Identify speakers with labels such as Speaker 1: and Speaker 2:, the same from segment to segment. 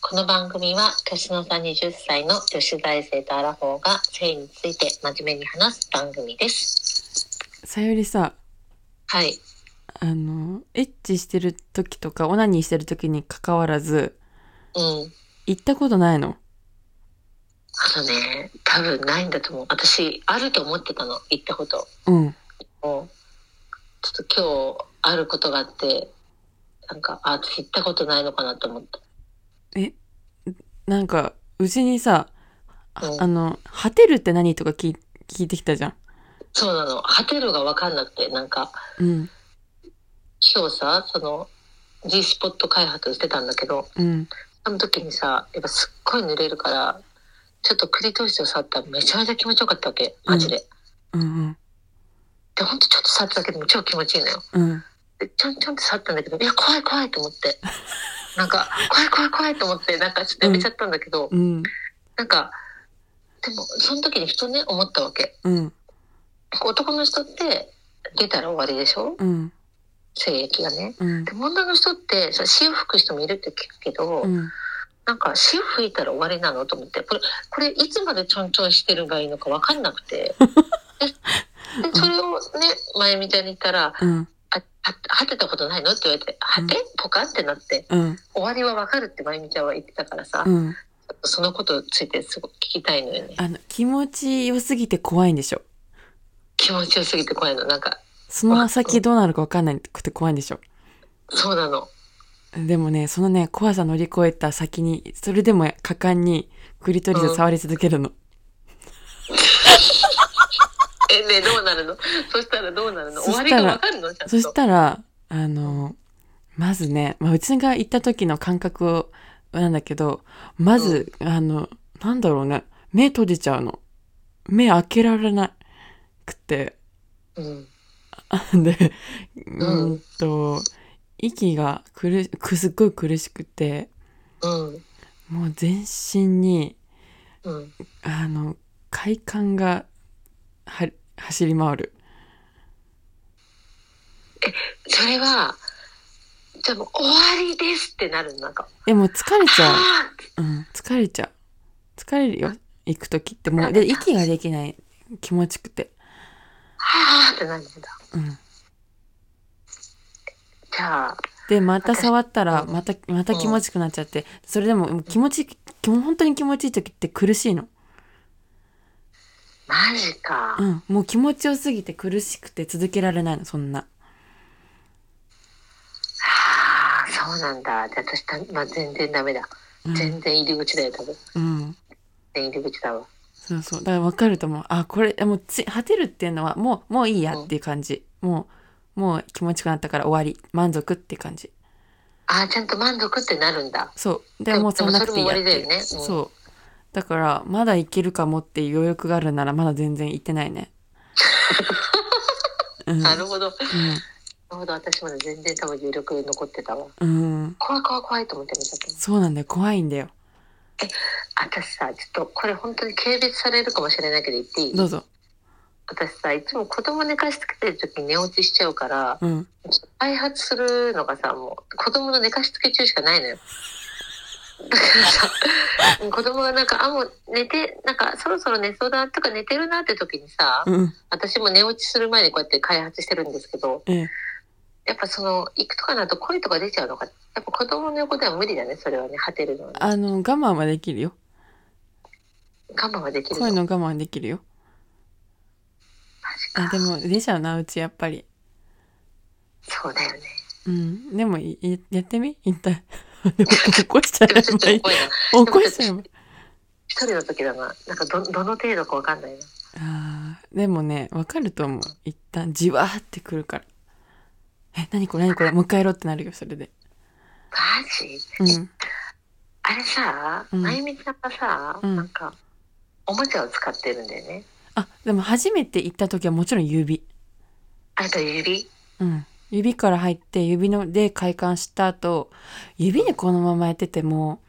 Speaker 1: この番組は年の差20歳の女子大生とアラフォーが性について真面目に話す番組です
Speaker 2: さゆりさ
Speaker 1: はい
Speaker 2: あのエッチしてる時とかオナニーしてる時に関わらず
Speaker 1: うん
Speaker 2: 行ったことないの
Speaker 1: あのね多分ないんだと思う私あると思ってたの行ったこと
Speaker 2: うん
Speaker 1: もうちょっと今日あることがあってなんかあ私行ったことないのかなと思った
Speaker 2: えなんかうちにさあ
Speaker 1: うん
Speaker 2: あの「果てるって何?」とか聞い聞いてきたじゃん
Speaker 1: そうなのハテルが分かんなくてなんか
Speaker 2: うん
Speaker 1: 今日さその G スポット開発してたんだけど
Speaker 2: うん
Speaker 1: その時にさやっぱすっごい濡れるからちょっと栗通して触ったらめちゃめちゃ気持ちよかったわけマジで、
Speaker 2: うん
Speaker 1: でほんとちょっと触っただけでも超気持ちいいのよ
Speaker 2: うんうん
Speaker 1: でちょんちょんって触ったんだけどいや怖い怖いと思って なんか怖い怖い怖いと思ってなんかちょっとやめちゃったんだけど、
Speaker 2: うん
Speaker 1: なんかでもその時にふとね思ったわけ
Speaker 2: うん
Speaker 1: 男の人って出たら終わりでしょ
Speaker 2: うん
Speaker 1: 精液がね
Speaker 2: うん
Speaker 1: で女の人ってさ潮吹く人もいるって聞くけど、
Speaker 2: うん
Speaker 1: なんか潮吹いたら終わりなのと思ってこれこれいつまでちょんちょんしてるがいいのか分かんなく てででそれをね前みたいに言ったら
Speaker 2: うん
Speaker 1: 「ああ果てたことないの?」って言われて「果てポカンってなって
Speaker 2: うん
Speaker 1: 終わりは分かるって前みちゃんは言ってたからさ、
Speaker 2: うん
Speaker 1: そのことについてすごく聞きたいのよね
Speaker 2: あの気持ちよすぎて怖いんでしょ
Speaker 1: 気持ちよすぎて怖いのなんか
Speaker 2: その先どうなるかわかんないくて怖いんでしょ
Speaker 1: そうなの
Speaker 2: でもね、そのね、怖さ乗り越えた先に、それでも果敢にクリトリスを触り続けるの。
Speaker 1: えねえどうなるのそしたらどうなるの
Speaker 2: そ
Speaker 1: 終
Speaker 2: し
Speaker 1: わ
Speaker 2: たら
Speaker 1: りが分かるのちゃんと
Speaker 2: そしたら、あの、まずね、まあ、うちが行った時の感覚を、なんだけど、まず、あの、なんだろうね、目閉じちゃうの。目開けられなくて。
Speaker 1: うん
Speaker 2: で、うんんと、息が苦しく、すっごい苦しくて、
Speaker 1: うん
Speaker 2: もう全身に、
Speaker 1: うん
Speaker 2: あの快感がは走り回る
Speaker 1: それはじゃあもう終わりですってなるのなんか
Speaker 2: でもう疲れちゃ
Speaker 1: あー
Speaker 2: う、うん、疲れちゃう疲れるよ行く時ってもうで息ができない気持ちくて
Speaker 1: はあってなるんだ
Speaker 2: うん
Speaker 1: じゃあ
Speaker 2: でまた触ったら
Speaker 1: う
Speaker 2: またまた気持ちくなっちゃってそれでももう気持ちきもう本当に気持ちいい時って苦しいの、
Speaker 1: マジか、
Speaker 2: うん、もう気持ちよすぎて苦しくて続けられないのそんな
Speaker 1: はあそうなんだじゃあ私た、まあ、全然ダメだ、
Speaker 2: うん、
Speaker 1: 全然入り口だよ多分
Speaker 2: うん、
Speaker 1: 全然入り口だわ
Speaker 2: そうそうだから分かると思うあこれもうつ果てるっていうのはもうもういいやっていう感じ、もうもう気持ちくなったから終わり満足って感じ
Speaker 1: あーちゃんと満足ってなるんだ
Speaker 2: そう
Speaker 1: で
Speaker 2: で
Speaker 1: も
Speaker 2: もうそんなくていいやって
Speaker 1: でもそれも終わりだ
Speaker 2: いう
Speaker 1: よねうん
Speaker 2: そうだからまだいけるかもっていう余力があるならまだ全然行ってない ねうん
Speaker 1: なるほどなるほど私まだ全然多分有力残ってたわ
Speaker 2: うん、うん、
Speaker 1: 怖い怖い怖いと思って見ちゃった
Speaker 2: そうなんだよ怖いんだよ
Speaker 1: 私さちょっとこれ本当に軽蔑されるかもしれないけど言っていい
Speaker 2: どうぞ
Speaker 1: 私さいつも子供寝かしつけてる時に寝落ちしちゃうから
Speaker 2: うん
Speaker 1: 開発するのがさもう子供の寝かしつけ中しかないのよだからさ子供がなんかあもう寝てなんかそろそろ寝そうだなとか寝てるなって時にさ
Speaker 2: うん
Speaker 1: 私も寝落ちする前にこうやって開発してるんですけど
Speaker 2: ええ
Speaker 1: やっぱその行くとかなると声とか出ちゃうのかやっぱ子供の横では無理だねそれはね果てるのはね
Speaker 2: あの我慢はできるよ
Speaker 1: 我慢はできる
Speaker 2: 声
Speaker 1: の
Speaker 2: の我慢できるよあ
Speaker 1: マジか
Speaker 2: でも出ちゃうなうちやっぱり
Speaker 1: そうだよね
Speaker 2: うん、でもいいやってみ一 体でも起こしちゃ
Speaker 1: で
Speaker 2: え
Speaker 1: もちょっと
Speaker 2: ばいい
Speaker 1: 重いな
Speaker 2: 起こしちゃえば
Speaker 1: 一人の時だななんかどどの程度かわかんないな
Speaker 2: あーでもねわかると思う一旦じわーってくるからえ何これ何これもう一回やろうってなるよそれで
Speaker 1: マジ
Speaker 2: うん
Speaker 1: あれさ、
Speaker 2: うん
Speaker 1: まゆみちゃんがさ、
Speaker 2: うん
Speaker 1: なんか、おもちゃを使ってるんだよね。
Speaker 2: あでも初めて行った時はもちろん指
Speaker 1: あと指
Speaker 2: うん指から入って指ので快感した後指でこのままやってても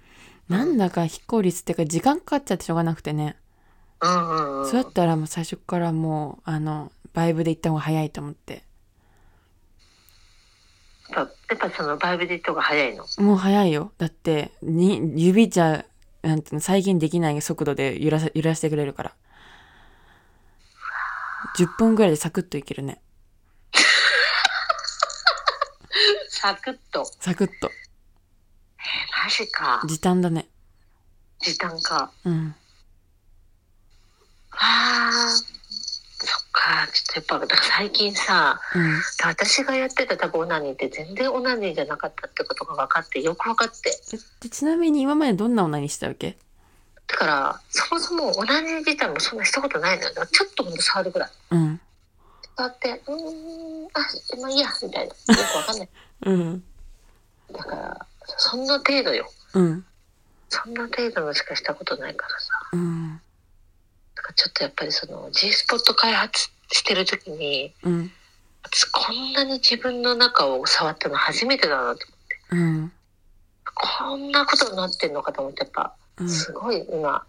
Speaker 2: なんだか非効率っていうか時間かかっちゃってしょうがなくてね
Speaker 1: うんうんうん。
Speaker 2: そうやったらもう最初からもうあのバイブで行った方が早いと思って
Speaker 1: やっぱやっぱそのバイブディットが早いの。
Speaker 2: もう早いよ。だって、に、指じゃ、なんていうの、再現できない速度で揺らさ、揺らしてくれるから。10分ぐらいでサクッといけるね。
Speaker 1: サクッと。
Speaker 2: サクッと。
Speaker 1: えマジか。
Speaker 2: 時短だね。
Speaker 1: 時短か。
Speaker 2: うん。
Speaker 1: ああ。そっか。ちょっとやっぱ、だから最近さ、
Speaker 2: うん。
Speaker 1: 私がやってた多分オナニーって全然オナニーじゃなかったってことが分かって、よく分かって。
Speaker 2: えでちなみに今までどんな女にしたわけ
Speaker 1: だから、そもそもオナニー自体もそんなしたことないのよ。ちょっとほんと触るぐらい。
Speaker 2: うん。
Speaker 1: 触って、うーん、あ、まあいいや、みたいな。よく分かんない。
Speaker 2: うん。
Speaker 1: だから、そんな程度よ。
Speaker 2: うん。
Speaker 1: そんな程度のしかしたことないからさ。
Speaker 2: うん。
Speaker 1: だからちょっとやっぱりその G スポット開発してる時に、
Speaker 2: うん。
Speaker 1: 私こんなに自分の中を触ったの初めてだなと
Speaker 2: うん。
Speaker 1: こんなことになってんのかと思ってやっぱ
Speaker 2: うん
Speaker 1: すごい今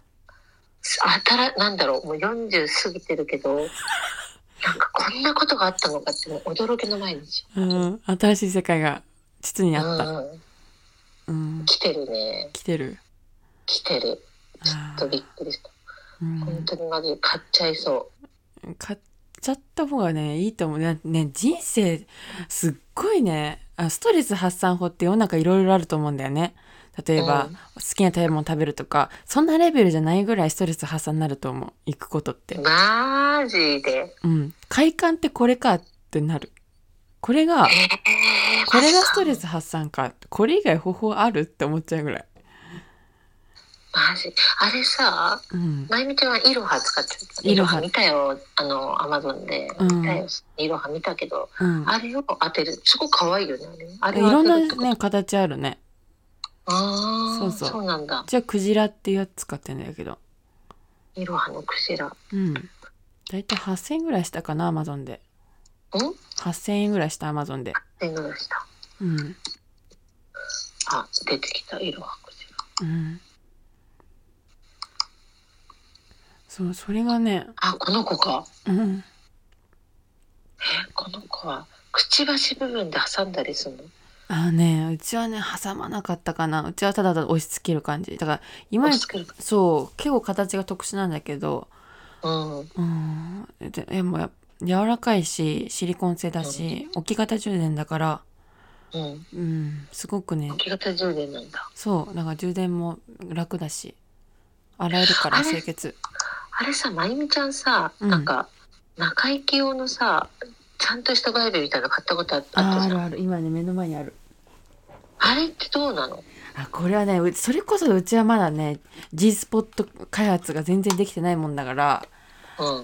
Speaker 1: 新なんだろうもう40過ぎてるけ どなんかこんなことがあったのかってもう驚きの毎日
Speaker 2: うん。新しい世界が、膣にあった。
Speaker 1: うんうん、
Speaker 2: うん。
Speaker 1: 来てるね
Speaker 2: 来てる。
Speaker 1: 来てるちょっとびっくりした
Speaker 2: う
Speaker 1: 本
Speaker 2: ん。
Speaker 1: 当にマジ買っちゃいそ
Speaker 2: 買っちゃった方がね、いいと思う。ね、ね人生、すっごいね、あストレス発散法って世の中いろいろあると思うんだよね。例えば、
Speaker 1: うん
Speaker 2: 好きな食べ物食べるとか、そんなレベルじゃないぐらいストレス発散になると思う。行くことって
Speaker 1: う。マジで
Speaker 2: うん。快感ってこれかってなる。これが、
Speaker 1: えー
Speaker 2: これが
Speaker 1: マジ
Speaker 2: ストレス発散か。これ以外方法あるって思っちゃうぐらい。
Speaker 1: マジあれさ
Speaker 2: うん。
Speaker 1: まゆみちゃんはイロハ使ってた。
Speaker 2: イ
Speaker 1: イ
Speaker 2: ロ
Speaker 1: ロ
Speaker 2: ハ
Speaker 1: ハ見たよ。あの、アマゾンで。
Speaker 2: うん
Speaker 1: 見たよ。イロハ見たけど、
Speaker 2: うん。
Speaker 1: あれを当てる。すごい可愛いよね、あれ。あ
Speaker 2: い
Speaker 1: れを
Speaker 2: ろん
Speaker 1: 当
Speaker 2: な
Speaker 1: てるってこと。
Speaker 2: ね、形あるね。
Speaker 1: ああ、
Speaker 2: そ
Speaker 1: そうう
Speaker 2: そう
Speaker 1: なんだ
Speaker 2: う。ちはクジラっていうやつ使ってんだけど。
Speaker 1: イロハのクジラ。ん
Speaker 2: うん。だいたい8000円ぐらいしたかな、アマゾンで。8000円ぐらいした、アマゾンで。
Speaker 1: 出てきた。
Speaker 2: うん。
Speaker 1: あ、出てきた、イロハクジラ。
Speaker 2: うん。そう、それがね、
Speaker 1: あ、この子か。
Speaker 2: うん。
Speaker 1: え、この子は、くちばし部分で挟んだりするの
Speaker 2: あのね、うちはね、挟まなかったかな。うちはただただ押し付ける感じ。だから、今
Speaker 1: 押し、付ける
Speaker 2: そう、結構形が特殊なんだけど、
Speaker 1: うん。
Speaker 2: うん。ででもや、柔らかいし、シリコン製だし、置き型充電だから、
Speaker 1: うん。
Speaker 2: うん、すごくね、
Speaker 1: 木型充電なんだ。
Speaker 2: そう、なんか充電も楽だし、洗えるから
Speaker 1: あれ
Speaker 2: 清潔。
Speaker 1: あれさ、まゆみちゃんさ、
Speaker 2: うん
Speaker 1: なんか、中行き用のさ、ちゃんとしたバイブみたいなの買ったことあったじ
Speaker 2: あ
Speaker 1: ゃ
Speaker 2: あ
Speaker 1: ん
Speaker 2: るある、今ね、目の前にある。
Speaker 1: あれってどうなの
Speaker 2: あ、これはね、うそれこそうちはまだね、G スポット開発が全然できてないもんだから、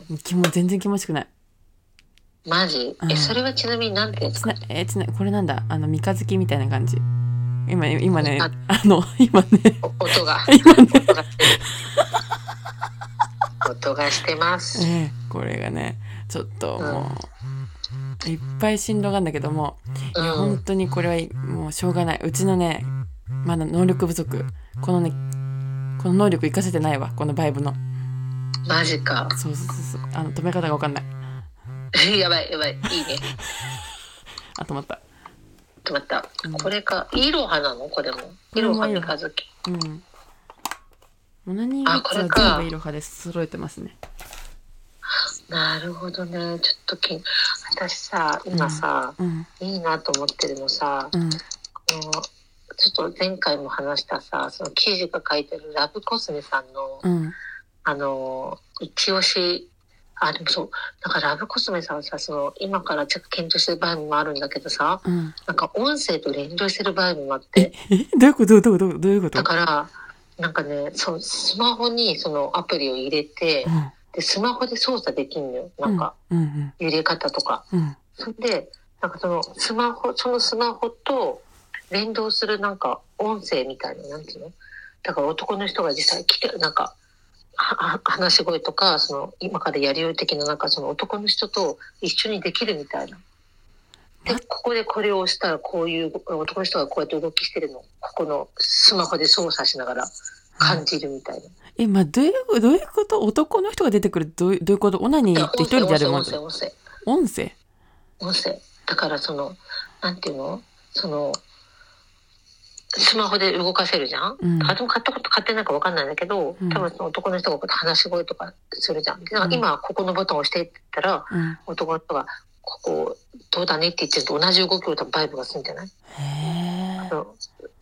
Speaker 1: うん。
Speaker 2: 気も全然気持ちよくない。
Speaker 1: マジ
Speaker 2: うん
Speaker 1: え、それはちなみになんてやつ
Speaker 2: つ
Speaker 1: か
Speaker 2: な、えーつな、これなんだあの、三日月みたいな感じ。今、今ね
Speaker 1: あ、
Speaker 2: あの、 今ね、
Speaker 1: お音が。
Speaker 2: 今ね、
Speaker 1: 音がしてる 音がしてます。
Speaker 2: ええこれがね、ちょっともう、いっぱい振動があるんだけども、
Speaker 1: う
Speaker 2: 本
Speaker 1: ん。
Speaker 2: 当にこれはもうしょうがないうちのねまだ能力不足このねこの能力活かせてないわこのバイブの
Speaker 1: マジか。
Speaker 2: そうそうそうそうあの止め方が分かんない
Speaker 1: やばいやばい。いいね。
Speaker 2: あ止まった
Speaker 1: 止まった
Speaker 2: うん。
Speaker 1: これか。イロハなのこれも。
Speaker 2: こ
Speaker 1: イ
Speaker 2: れ
Speaker 1: ロ
Speaker 2: も
Speaker 1: ハ
Speaker 2: イロ
Speaker 1: 三
Speaker 2: ハ
Speaker 1: 日月。
Speaker 2: うんモナニーグ
Speaker 1: あ
Speaker 2: ッ
Speaker 1: こ
Speaker 2: ズ
Speaker 1: れ
Speaker 2: は
Speaker 1: か
Speaker 2: 全部イロハで揃えてますね
Speaker 1: なるほどね。ちょっとき私さ、今さ、
Speaker 2: うん
Speaker 1: いいなと思ってるのさ、
Speaker 2: うん
Speaker 1: あのちょっと前回も話したさ、その記事が書いてるラブコスメさんの、
Speaker 2: うん
Speaker 1: あの、一押し、あ、でもそう、なんかラブコスメさんさ、その、今からちょっと検討してる場合もあるんだけどさ、
Speaker 2: うん
Speaker 1: なんか音声と連動してる場合もあっ
Speaker 2: え
Speaker 1: て、
Speaker 2: えどういうことどういうことどういうこと
Speaker 1: だから、なんかね、そのスマホにそのアプリを入れて
Speaker 2: う、ん
Speaker 1: で、スマホで操作できんのよ。なんか、
Speaker 2: うんうん
Speaker 1: 揺れ方とか。
Speaker 2: うん
Speaker 1: それで、なんかそのスマホ、そのスマホと連動するなんか音声みたいな、なんていうのだから男の人が実際聞け、なんか、はは話し声とか、その今からやりよう的な、なんかその男の人と一緒にできるみたいな。で
Speaker 2: ま、
Speaker 1: ここでこれを押したらこういう、男の人がこうやって動きしてるのをここのスマホで操作しながら感じるみたいな。
Speaker 2: えまあどういうどういうこと男の人が出てくるどういうどういうことオナニーって一人でやるもん
Speaker 1: 音声、音声、音声。
Speaker 2: 音声
Speaker 1: 音声だからそのなんていうのそのスマホで動かせるじゃん、
Speaker 2: うん
Speaker 1: あでも買ったこと買ってないか分かんないんだけど、
Speaker 2: うん
Speaker 1: 多分その男の人がこう話し声とかするじゃんでなん
Speaker 2: うん
Speaker 1: か今ここのボタンを押してって言ったら
Speaker 2: うん。
Speaker 1: 男の人が「ここどうだね」って言ってると同じ動きを多分バイブがするんじゃない
Speaker 2: へえ。
Speaker 1: そう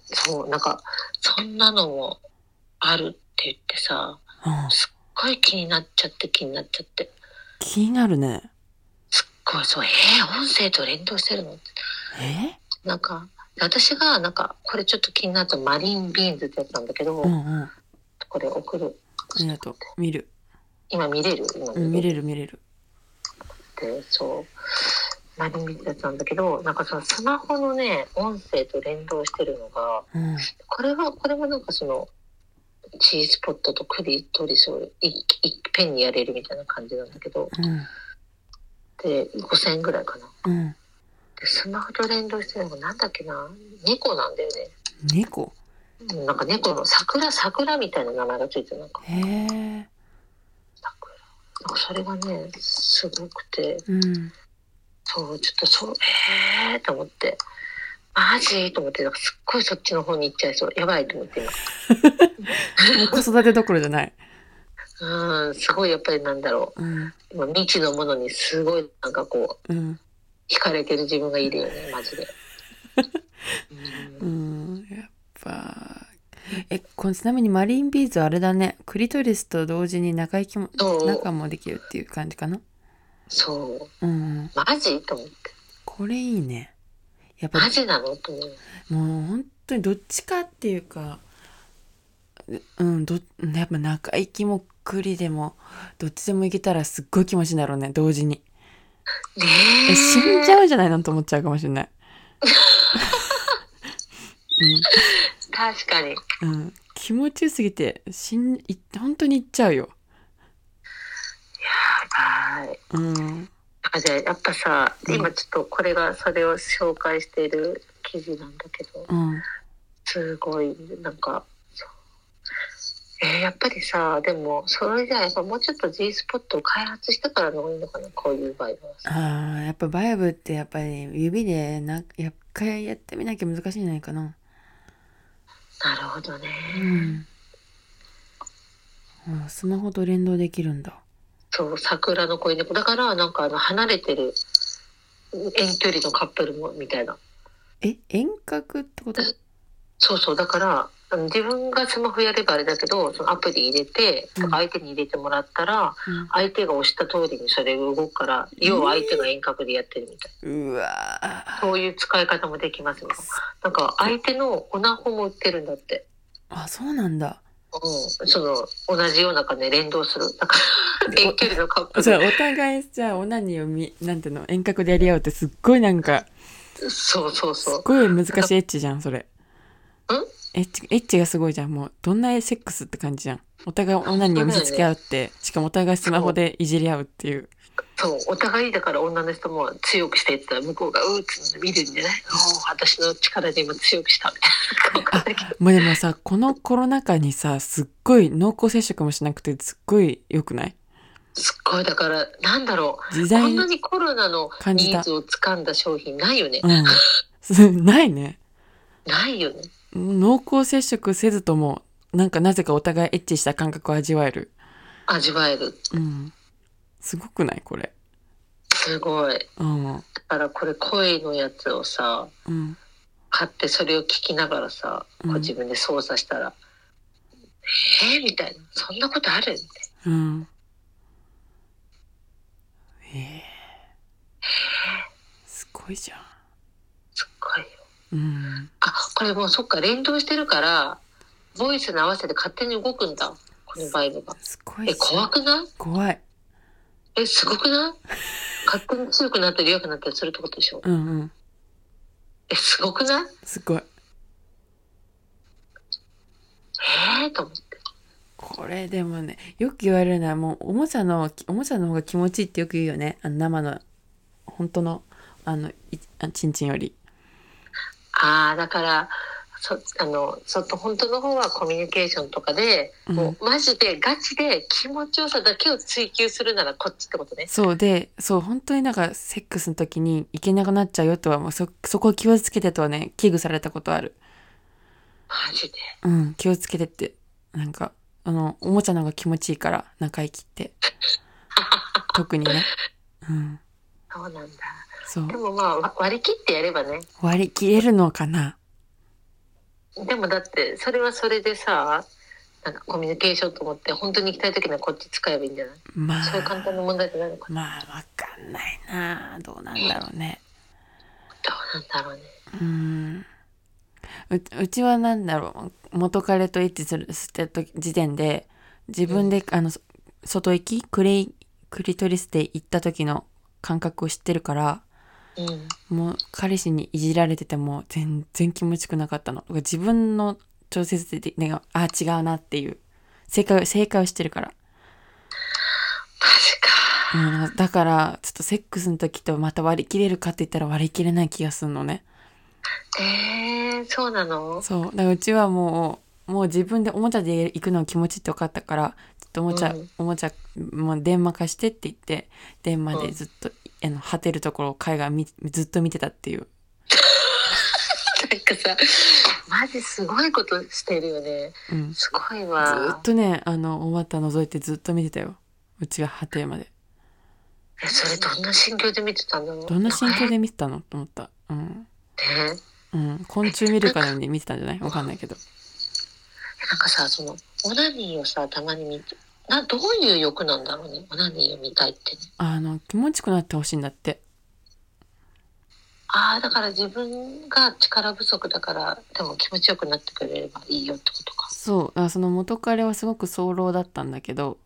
Speaker 1: そうなんかそんなのもあるって言ってさ
Speaker 2: うん
Speaker 1: すごい気になっちゃって気になっちゃって
Speaker 2: 気になるね。
Speaker 1: すっごいそう「えー、音声と連動してるの?」って
Speaker 2: え
Speaker 1: なんか私がなんかこれちょっと気になったマリンビーンズってやつなんだけど、
Speaker 2: うんうん。あ
Speaker 1: これ送る
Speaker 2: りがとう。見る。
Speaker 1: 今見れる今
Speaker 2: うん見
Speaker 1: れる
Speaker 2: れる見れる。
Speaker 1: ってそうマリンビーンズってやつなんだけどなんかそのスマホのね音声と連動してるのが
Speaker 2: うん。
Speaker 1: これはこれもなんかその G スポットとクリトリスをいいいっぺんにやれるみたいな感じなんだけど
Speaker 2: うん。
Speaker 1: で5000円ぐらいかな
Speaker 2: うん。
Speaker 1: でスマホと連動してるのがなんだっけな猫なんだよね
Speaker 2: 猫
Speaker 1: うんなんか猫の桜桜みたいな名前がついてるなんか
Speaker 2: へえ。
Speaker 1: 桜なんかそれがねすごくて
Speaker 2: うん。
Speaker 1: そうちょっとそうえーと思ってマジと思ってなんかすっごいそっちの方に行っちゃいそうやばいと思って今
Speaker 2: 子育てどころじゃない。
Speaker 1: うんすごいやっぱりなんだろ
Speaker 2: うん。
Speaker 1: う今未知のものにすごいなんかこう
Speaker 2: うん。
Speaker 1: 惹かれてる自分がいるよねマジで、う
Speaker 2: うんん。やっぱ。え、このちなみにマリンビーズはあれだね。クリトリスと同時に仲行きも、
Speaker 1: そう
Speaker 2: 仲もできるっていう感じかな。
Speaker 1: そう
Speaker 2: うんうん。
Speaker 1: マジと思って
Speaker 2: これいいね。やっぱ
Speaker 1: マジなのと思う
Speaker 2: もう本当にどっちかっていうかうんどやっぱ中行きもくりでもどっちでも行けたらすっごい気持ちいいんだろうね同時に
Speaker 1: ね
Speaker 2: え死んじゃうんじゃないのと思っちゃうかもしれない、
Speaker 1: 確かに
Speaker 2: うんうん、気持ちよすぎて死んい本当に行っちゃうよ
Speaker 1: はい
Speaker 2: うん
Speaker 1: あじゃあやっぱさ
Speaker 2: うん
Speaker 1: 今ちょっとこれがそれを紹介している記事なんだけど
Speaker 2: うん
Speaker 1: すごいなんかそうえーやっぱりさでもそれじゃあやっぱもうちょっと G スポットを開発してからの方がいいのかなこういう場合はさ
Speaker 2: あーやっぱバイブってやっぱり指でなやっかいやってみなきゃ難しいんじゃないかな
Speaker 1: なるほどね、
Speaker 2: うん、うん、スマホと連動できるんだ
Speaker 1: そう桜の恋猫だからなんかあの離れてる遠距離のカップルもみたいな
Speaker 2: え遠隔ってこと
Speaker 1: そうそうだからあの自分がスマホやればあれだけどそのアプリ入れて
Speaker 2: うん
Speaker 1: 相手に入れてもらったら、相手が押した通りにそれが動くから要は相手が遠隔でやってるみたいな、
Speaker 2: うわー
Speaker 1: そういう使い方もできますみたいななんか相手のオナホも売ってるんだって、
Speaker 2: あそうなんだ
Speaker 1: うん、その同じような感じで連動するだから 遠距離のカップ
Speaker 2: じゃあ
Speaker 1: ル
Speaker 2: お互いじゃあオナニーをみなんていうの遠隔でやり合うってすっごいなんか
Speaker 1: そうそう
Speaker 2: す
Speaker 1: そ
Speaker 2: っ
Speaker 1: う
Speaker 2: ごい難しいエッチじゃんそれエッチエッチがすごいじゃんもうどんなセックスって感じじゃんお互いオナニーを見せつけ合うってしかもお互いスマホでいじり合うっていう
Speaker 1: そうお互いだから女の人も強くしてって言ったら向こうが「うーっ」つって見るんじゃないおー私の力で今強く したみたいなわかんないけど
Speaker 2: もうでもさこのコロナ禍にさすっごい濃厚接触もしなくてすっごい良くない
Speaker 1: すっごいだからなんだろ
Speaker 2: 時
Speaker 1: うこ
Speaker 2: 代
Speaker 1: んなにコロナの
Speaker 2: 感じ
Speaker 1: ニ
Speaker 2: た
Speaker 1: ーズを掴んだ商品ないよね
Speaker 2: うん すないね
Speaker 1: ないよね
Speaker 2: 濃厚接触せずともなんかなぜかお互いエッチした感覚を味わえる、
Speaker 1: 味わえる
Speaker 2: うん、すごくないこれ
Speaker 1: すごいだ
Speaker 2: うん
Speaker 1: からこれ声のやつをさ
Speaker 2: うん
Speaker 1: 買ってそれを聞きながらさこ
Speaker 2: う
Speaker 1: うん自分で操作したら「えーみたいな「そんなことある?」みたい
Speaker 2: うんええすごいじゃ
Speaker 1: なすっごいよ
Speaker 2: んうん
Speaker 1: あこれもうそっか連動してるからボイスに合わせて勝手に動くんだこのバイブが
Speaker 2: すごいじゃ
Speaker 1: え
Speaker 2: ん
Speaker 1: 怖くない
Speaker 2: 怖い
Speaker 1: えすごくない勝手に強くなったり弱くなったりするってことでしょ
Speaker 2: うんうん
Speaker 1: えすごくない
Speaker 2: すごい
Speaker 1: えー、と思って
Speaker 2: これでもねよく言われるのはもうおもちゃのおもちゃの方が気持ちいいってよく言うよねあの生の本当のあのいあチンチンより
Speaker 1: ああだからそあのそっと本当の方はコミュニケーションとかで、
Speaker 2: うん
Speaker 1: もうマジでガチで気持ちよさだけを追求するならこっちってことね。
Speaker 2: そうでそう本当になんかセックスの時にいけなくなっちゃうよとはもうそそこを気をつけてとはね危惧されたことある
Speaker 1: マジで。
Speaker 2: うん気をつけてってなんかあのおもちゃの方が気持ちいいから中行きって 特にねうん
Speaker 1: そうなんだ。
Speaker 2: そう
Speaker 1: でもまあわ割り切ってやればね。
Speaker 2: 割り切れるのかな
Speaker 1: でもだってそれはそれでさ、なんかコミュニケーションと思って本当に行きたい時にはこっち使えばいいんじゃない
Speaker 2: ま
Speaker 1: そういう簡
Speaker 2: あ
Speaker 1: 単な問題じゃないのかな。
Speaker 2: まあわかんないなどうなんだろうね
Speaker 1: どうなんだろうね。
Speaker 2: うんううちはなんだろう元彼と一致するしてと時点で自分で、あのそ外行きクレイクリトリスで行った時の感覚を知ってるから
Speaker 1: うん。
Speaker 2: もう彼氏にいじられてても全然気持ちよくなかったの自分の調節で、ね、あ違うなっていう正解を正解をしてるから、
Speaker 1: マジか。
Speaker 2: うん、だからちょっとセックスの時とまた割り切れるかって言ったら割り切れない気がするのね
Speaker 1: えー、そうなの
Speaker 2: そうだからうちはもうもう自分でおもちゃで行くの気持ちって分かったからちょっとおもちゃ、
Speaker 1: うん
Speaker 2: おもちゃもう電話貸してって言って電話
Speaker 1: う
Speaker 2: で
Speaker 1: ん
Speaker 2: ずっと、あの果てるところを海外見ずっと見てたっていう
Speaker 1: なんかさ、マジすごいことしてるよね。
Speaker 2: うんず
Speaker 1: すごい
Speaker 2: ーっ
Speaker 1: わ。
Speaker 2: とねあのお股覗いてずっと見てたようちが果てまで
Speaker 1: え、それどんな心境で見てたの
Speaker 2: どんな心境で見てたのと思ったうん、
Speaker 1: ね
Speaker 2: うん、昆虫見るからに見てたんじゃないわかんないけど
Speaker 1: なんかさ、その、オナニーをさ、たまに見て、な、どういう欲なんだろうね。オナニーを見たいってね。
Speaker 2: あの気持ちよくなってほしいんだって
Speaker 1: ああ、だから自分が力不足だから、でも気持ちよくなってくれればいいよってことか。
Speaker 2: そうだからその元彼はすごく早漏だったんだけど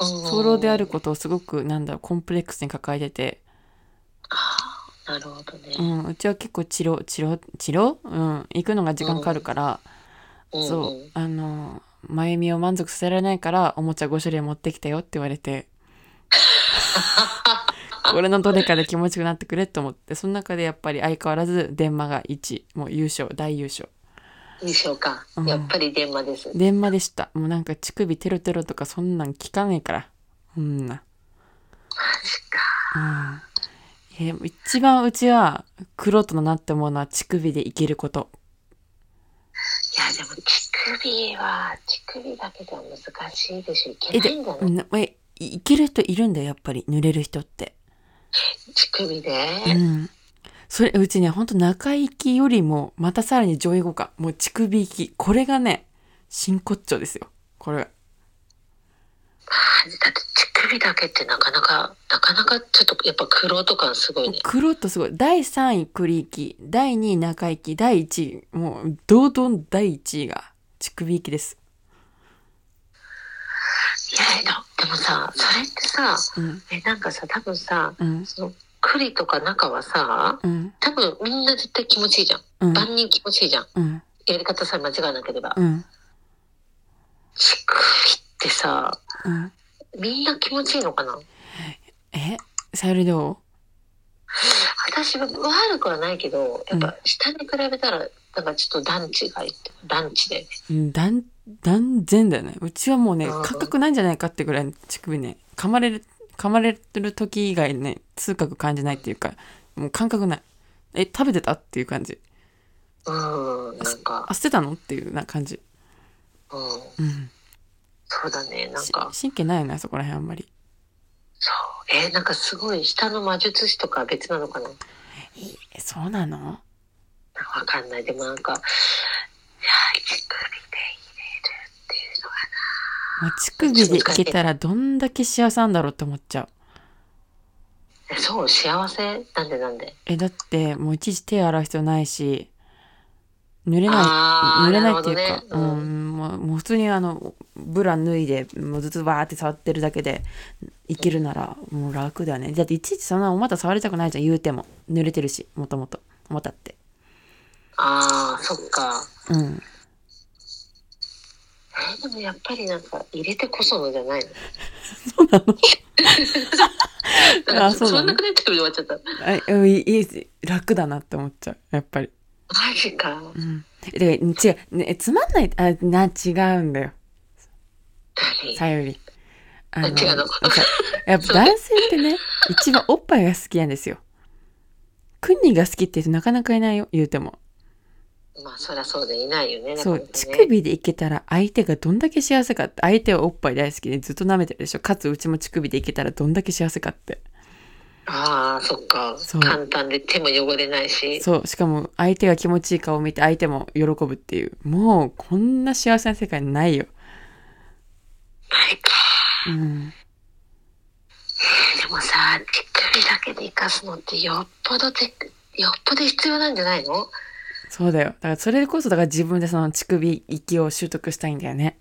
Speaker 1: うん
Speaker 2: 早漏であることをすごくなんだろうコンプレックスに抱えてて、
Speaker 1: あーなるほどね
Speaker 2: う。ん、うちは結構治療治療治療、うん、行くのが時間かかるから、
Speaker 1: んん
Speaker 2: そうあの真由美を満足させられないからおもちゃ5種類持ってきたよって言われてこれのどれかで気持ちよくなってくれと思ってその中でやっぱり相変わらず電話が1もう優勝大優勝
Speaker 1: いいしょうか
Speaker 2: う。ん
Speaker 1: やっぱり電話です。
Speaker 2: 電話でしたもうなんか乳首テロテロとかそんなん聞かないからそんな。
Speaker 1: マジか。
Speaker 2: うんえー一番うちは黒となって思うのは乳首でいけること
Speaker 1: いやでも乳首は乳首だけでは難しいでしょいけ
Speaker 2: え
Speaker 1: な
Speaker 2: で
Speaker 1: いんじゃない
Speaker 2: うんえいいける人いるんだよやっぱり濡れる人って
Speaker 1: 乳首で、
Speaker 2: うんそれうちねほんと中行きよりもまたさらに上位互換もう乳首行きこれがね真骨頂ですよこれ
Speaker 1: あだって乳首だけってなかなかなかなかちょっとやっぱ苦労とかすごいね
Speaker 2: 黒とすごい第3位栗行き第2位中行き第1位もう堂々第1位が乳首行きです
Speaker 1: いやいやでもさそれってさ
Speaker 2: うん
Speaker 1: えなんかさ多分さ
Speaker 2: うん
Speaker 1: その栗とか中はさ
Speaker 2: うん
Speaker 1: 多分みんな絶対気持ちいいじゃん
Speaker 2: うん
Speaker 1: 万人気持ちいいじゃん
Speaker 2: うん
Speaker 1: やり方さえ間違わなければ
Speaker 2: うん
Speaker 1: 乳首ってさ
Speaker 2: うん
Speaker 1: みんな気持ちいいのかな
Speaker 2: えさゆりどう
Speaker 1: 私は悪くはないけどやっぱ下に比べたらなんかちょっと団地がいって団地で
Speaker 2: うん断断然だよねうちはもうね
Speaker 1: うん
Speaker 2: 感覚ないんじゃないかってぐらい乳首ね噛まれる噛まれてる時以外ね痛覚感じないっていうかもう感覚ないえ食べてたっていう感じ
Speaker 1: うんなんか
Speaker 2: あ捨てたのっていうな感じ
Speaker 1: うん
Speaker 2: うん
Speaker 1: そうだねなん
Speaker 2: し
Speaker 1: か
Speaker 2: 神経ないよねそこら辺あんまり
Speaker 1: そうえーなんかすごい下の魔術師とかは別なのかななん
Speaker 2: えそうなの
Speaker 1: かわかんないでもなんかいや乳首で入れるっていうのが
Speaker 2: もう乳首でいけたらどんだけ幸せなんだろうって思っちゃう
Speaker 1: えそう幸せなんでなんで
Speaker 2: えだってもういちいち手洗う必要ないし濡れない
Speaker 1: あ
Speaker 2: 濡
Speaker 1: ー
Speaker 2: れないっ
Speaker 1: るほ
Speaker 2: てい
Speaker 1: ど
Speaker 2: うか
Speaker 1: ね、
Speaker 2: う
Speaker 1: うん
Speaker 2: ん、もうもう普通にあのブラ脱いでもうずっとわーって触ってるだけでいけるならもう楽だねだっていちいちそんなお股触りたくないじゃん言うても濡れてるしもともとお股って
Speaker 1: あーそっか
Speaker 2: うん
Speaker 1: えーでもやっぱりなんか入れてこそのじゃないの
Speaker 2: そうな の
Speaker 1: なんか
Speaker 2: あそ
Speaker 1: つ
Speaker 2: うなの
Speaker 1: まんなくなっちゃうよ終わっちゃった
Speaker 2: あいいいい楽だなって思っちゃうやっぱり
Speaker 1: マジか。
Speaker 2: うん。で、違う、ね、つまんない、あ、な、違うんだよ。
Speaker 1: 何
Speaker 2: さゆり。あ
Speaker 1: 違うの
Speaker 2: さ やっぱ男性ってね、一番おっぱいが好きなんですよ。クンニが好きって人なかなかいないよ、言うても。
Speaker 1: まあそりゃそうでいないよね。
Speaker 2: そ
Speaker 1: な
Speaker 2: う、
Speaker 1: か
Speaker 2: 乳
Speaker 1: なかね
Speaker 2: 首でいけたら相手がどんだけ幸せかって、相手はおっぱい大好きでずっと舐めてるでしょ。かつうちも乳首でいけたらどんだけ幸せかって。
Speaker 1: ああ、そっか
Speaker 2: そう。
Speaker 1: 簡単で手も汚れないし。
Speaker 2: そう、しかも相手が気持ちいい顔を見て相手も喜ぶっていう。もうこんな幸せな世界ないよ。
Speaker 1: ないか。
Speaker 2: うん。
Speaker 1: でもさ、乳首だけで生かすのってよっぽどて、よっぽど必要なんじゃないの
Speaker 2: そうだよ。だからそれこそだから自分でその乳首域を習得したいんだよね。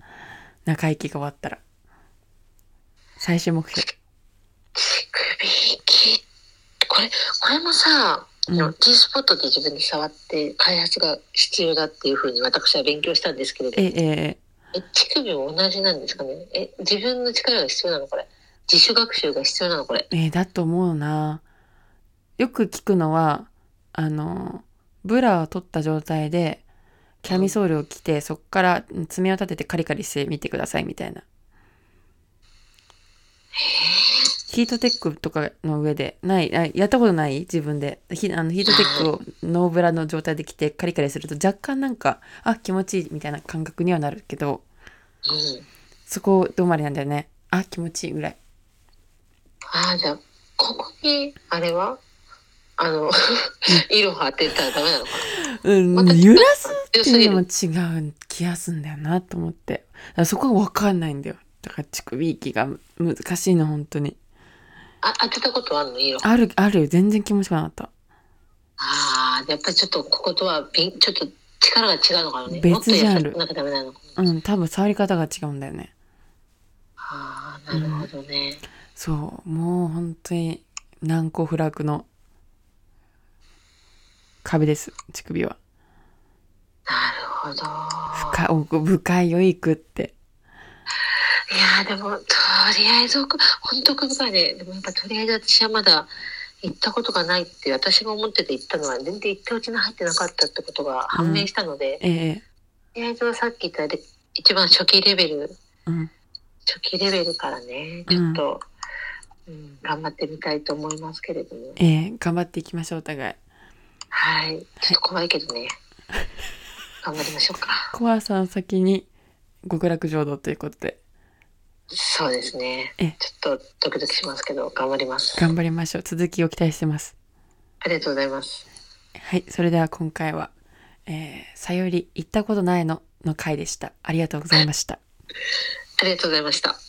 Speaker 2: 中域が終わったら。最終目標。
Speaker 1: 乳首きこれ、これもさ、
Speaker 2: うん
Speaker 1: G スポットで自分で触って開発が必要だっていうふうに私は勉強したんですけれど
Speaker 2: え、え、え
Speaker 1: え乳首も同じなんですかねえ、自分の力が必要なのこれ。自主学習が必要なのこれ。
Speaker 2: ええだと思うな。よく聞くのは、あの、ブラを取った状態で、キャミソールを着て、そっからうん爪を立ててカリカリしてみてくださいみたいな。ヒートテックとかの上で、ない、あやったことない自分で。ヒあのヒートテックをノーブラの状態で着てカリカリすると若干なんか、あ、気持ちいいみたいな感覚にはなるけど、
Speaker 1: うん。
Speaker 2: そこ止まりなんだよね。あ、気持ちいいぐらい。
Speaker 1: ああ、じゃあ、ここに、あれはあの、イロハ当てたらダメなのか
Speaker 2: うん、
Speaker 1: なまた
Speaker 2: 揺らす
Speaker 1: 強
Speaker 2: って
Speaker 1: す
Speaker 2: い
Speaker 1: ぎ
Speaker 2: うのも
Speaker 1: る。
Speaker 2: 違う気がすんだよなと思ってだからそこが分かんないんだよだから乳首息が難しいの本当に
Speaker 1: あ、当てたことあるのイロハ。
Speaker 2: あるあるよ全然気持ちよくなかっ
Speaker 1: ああ、やっぱりちょっとこことはびん、ちょっと力が違うのかね。もっ
Speaker 2: 別
Speaker 1: と
Speaker 2: ジャンル
Speaker 1: やらなきゃダメなのか
Speaker 2: たうん多分触り方が違うんだよね
Speaker 1: ああ、なるほどね。
Speaker 2: そうもう本当に難攻不落の壁です乳首は
Speaker 1: なるほど。
Speaker 2: 深い奥深いよくって
Speaker 1: いやーでも、とりあえず奥、本当奥深いね。でもやっぱとりあえず私はまだ行ったことがないって、私が思ってて行ったのは全然行ったうちに入ってなかったってことが判明したので、
Speaker 2: ええ
Speaker 1: とりあえずはさっき言ったで一番初期レベル、
Speaker 2: うん
Speaker 1: 初期レベルからね、
Speaker 2: う
Speaker 1: ちょ
Speaker 2: ん
Speaker 1: っと、うん頑張ってみたいと思いますけれども。
Speaker 2: ええ頑張っていきましょうお互い
Speaker 1: はい。ちょっと怖いけどね。頑張りましょうか。
Speaker 2: 怖さの先に極楽浄土ということで
Speaker 1: そうですね。
Speaker 2: ええ
Speaker 1: ちょっとドキドキしますけど、頑張ります。
Speaker 2: 頑張りましょう続きを期待してます
Speaker 1: ありがとうございます。
Speaker 2: はい、それでは今回は、えー、さより行ったことないのの回でした。ありがとうございました。
Speaker 1: ありがとうございました。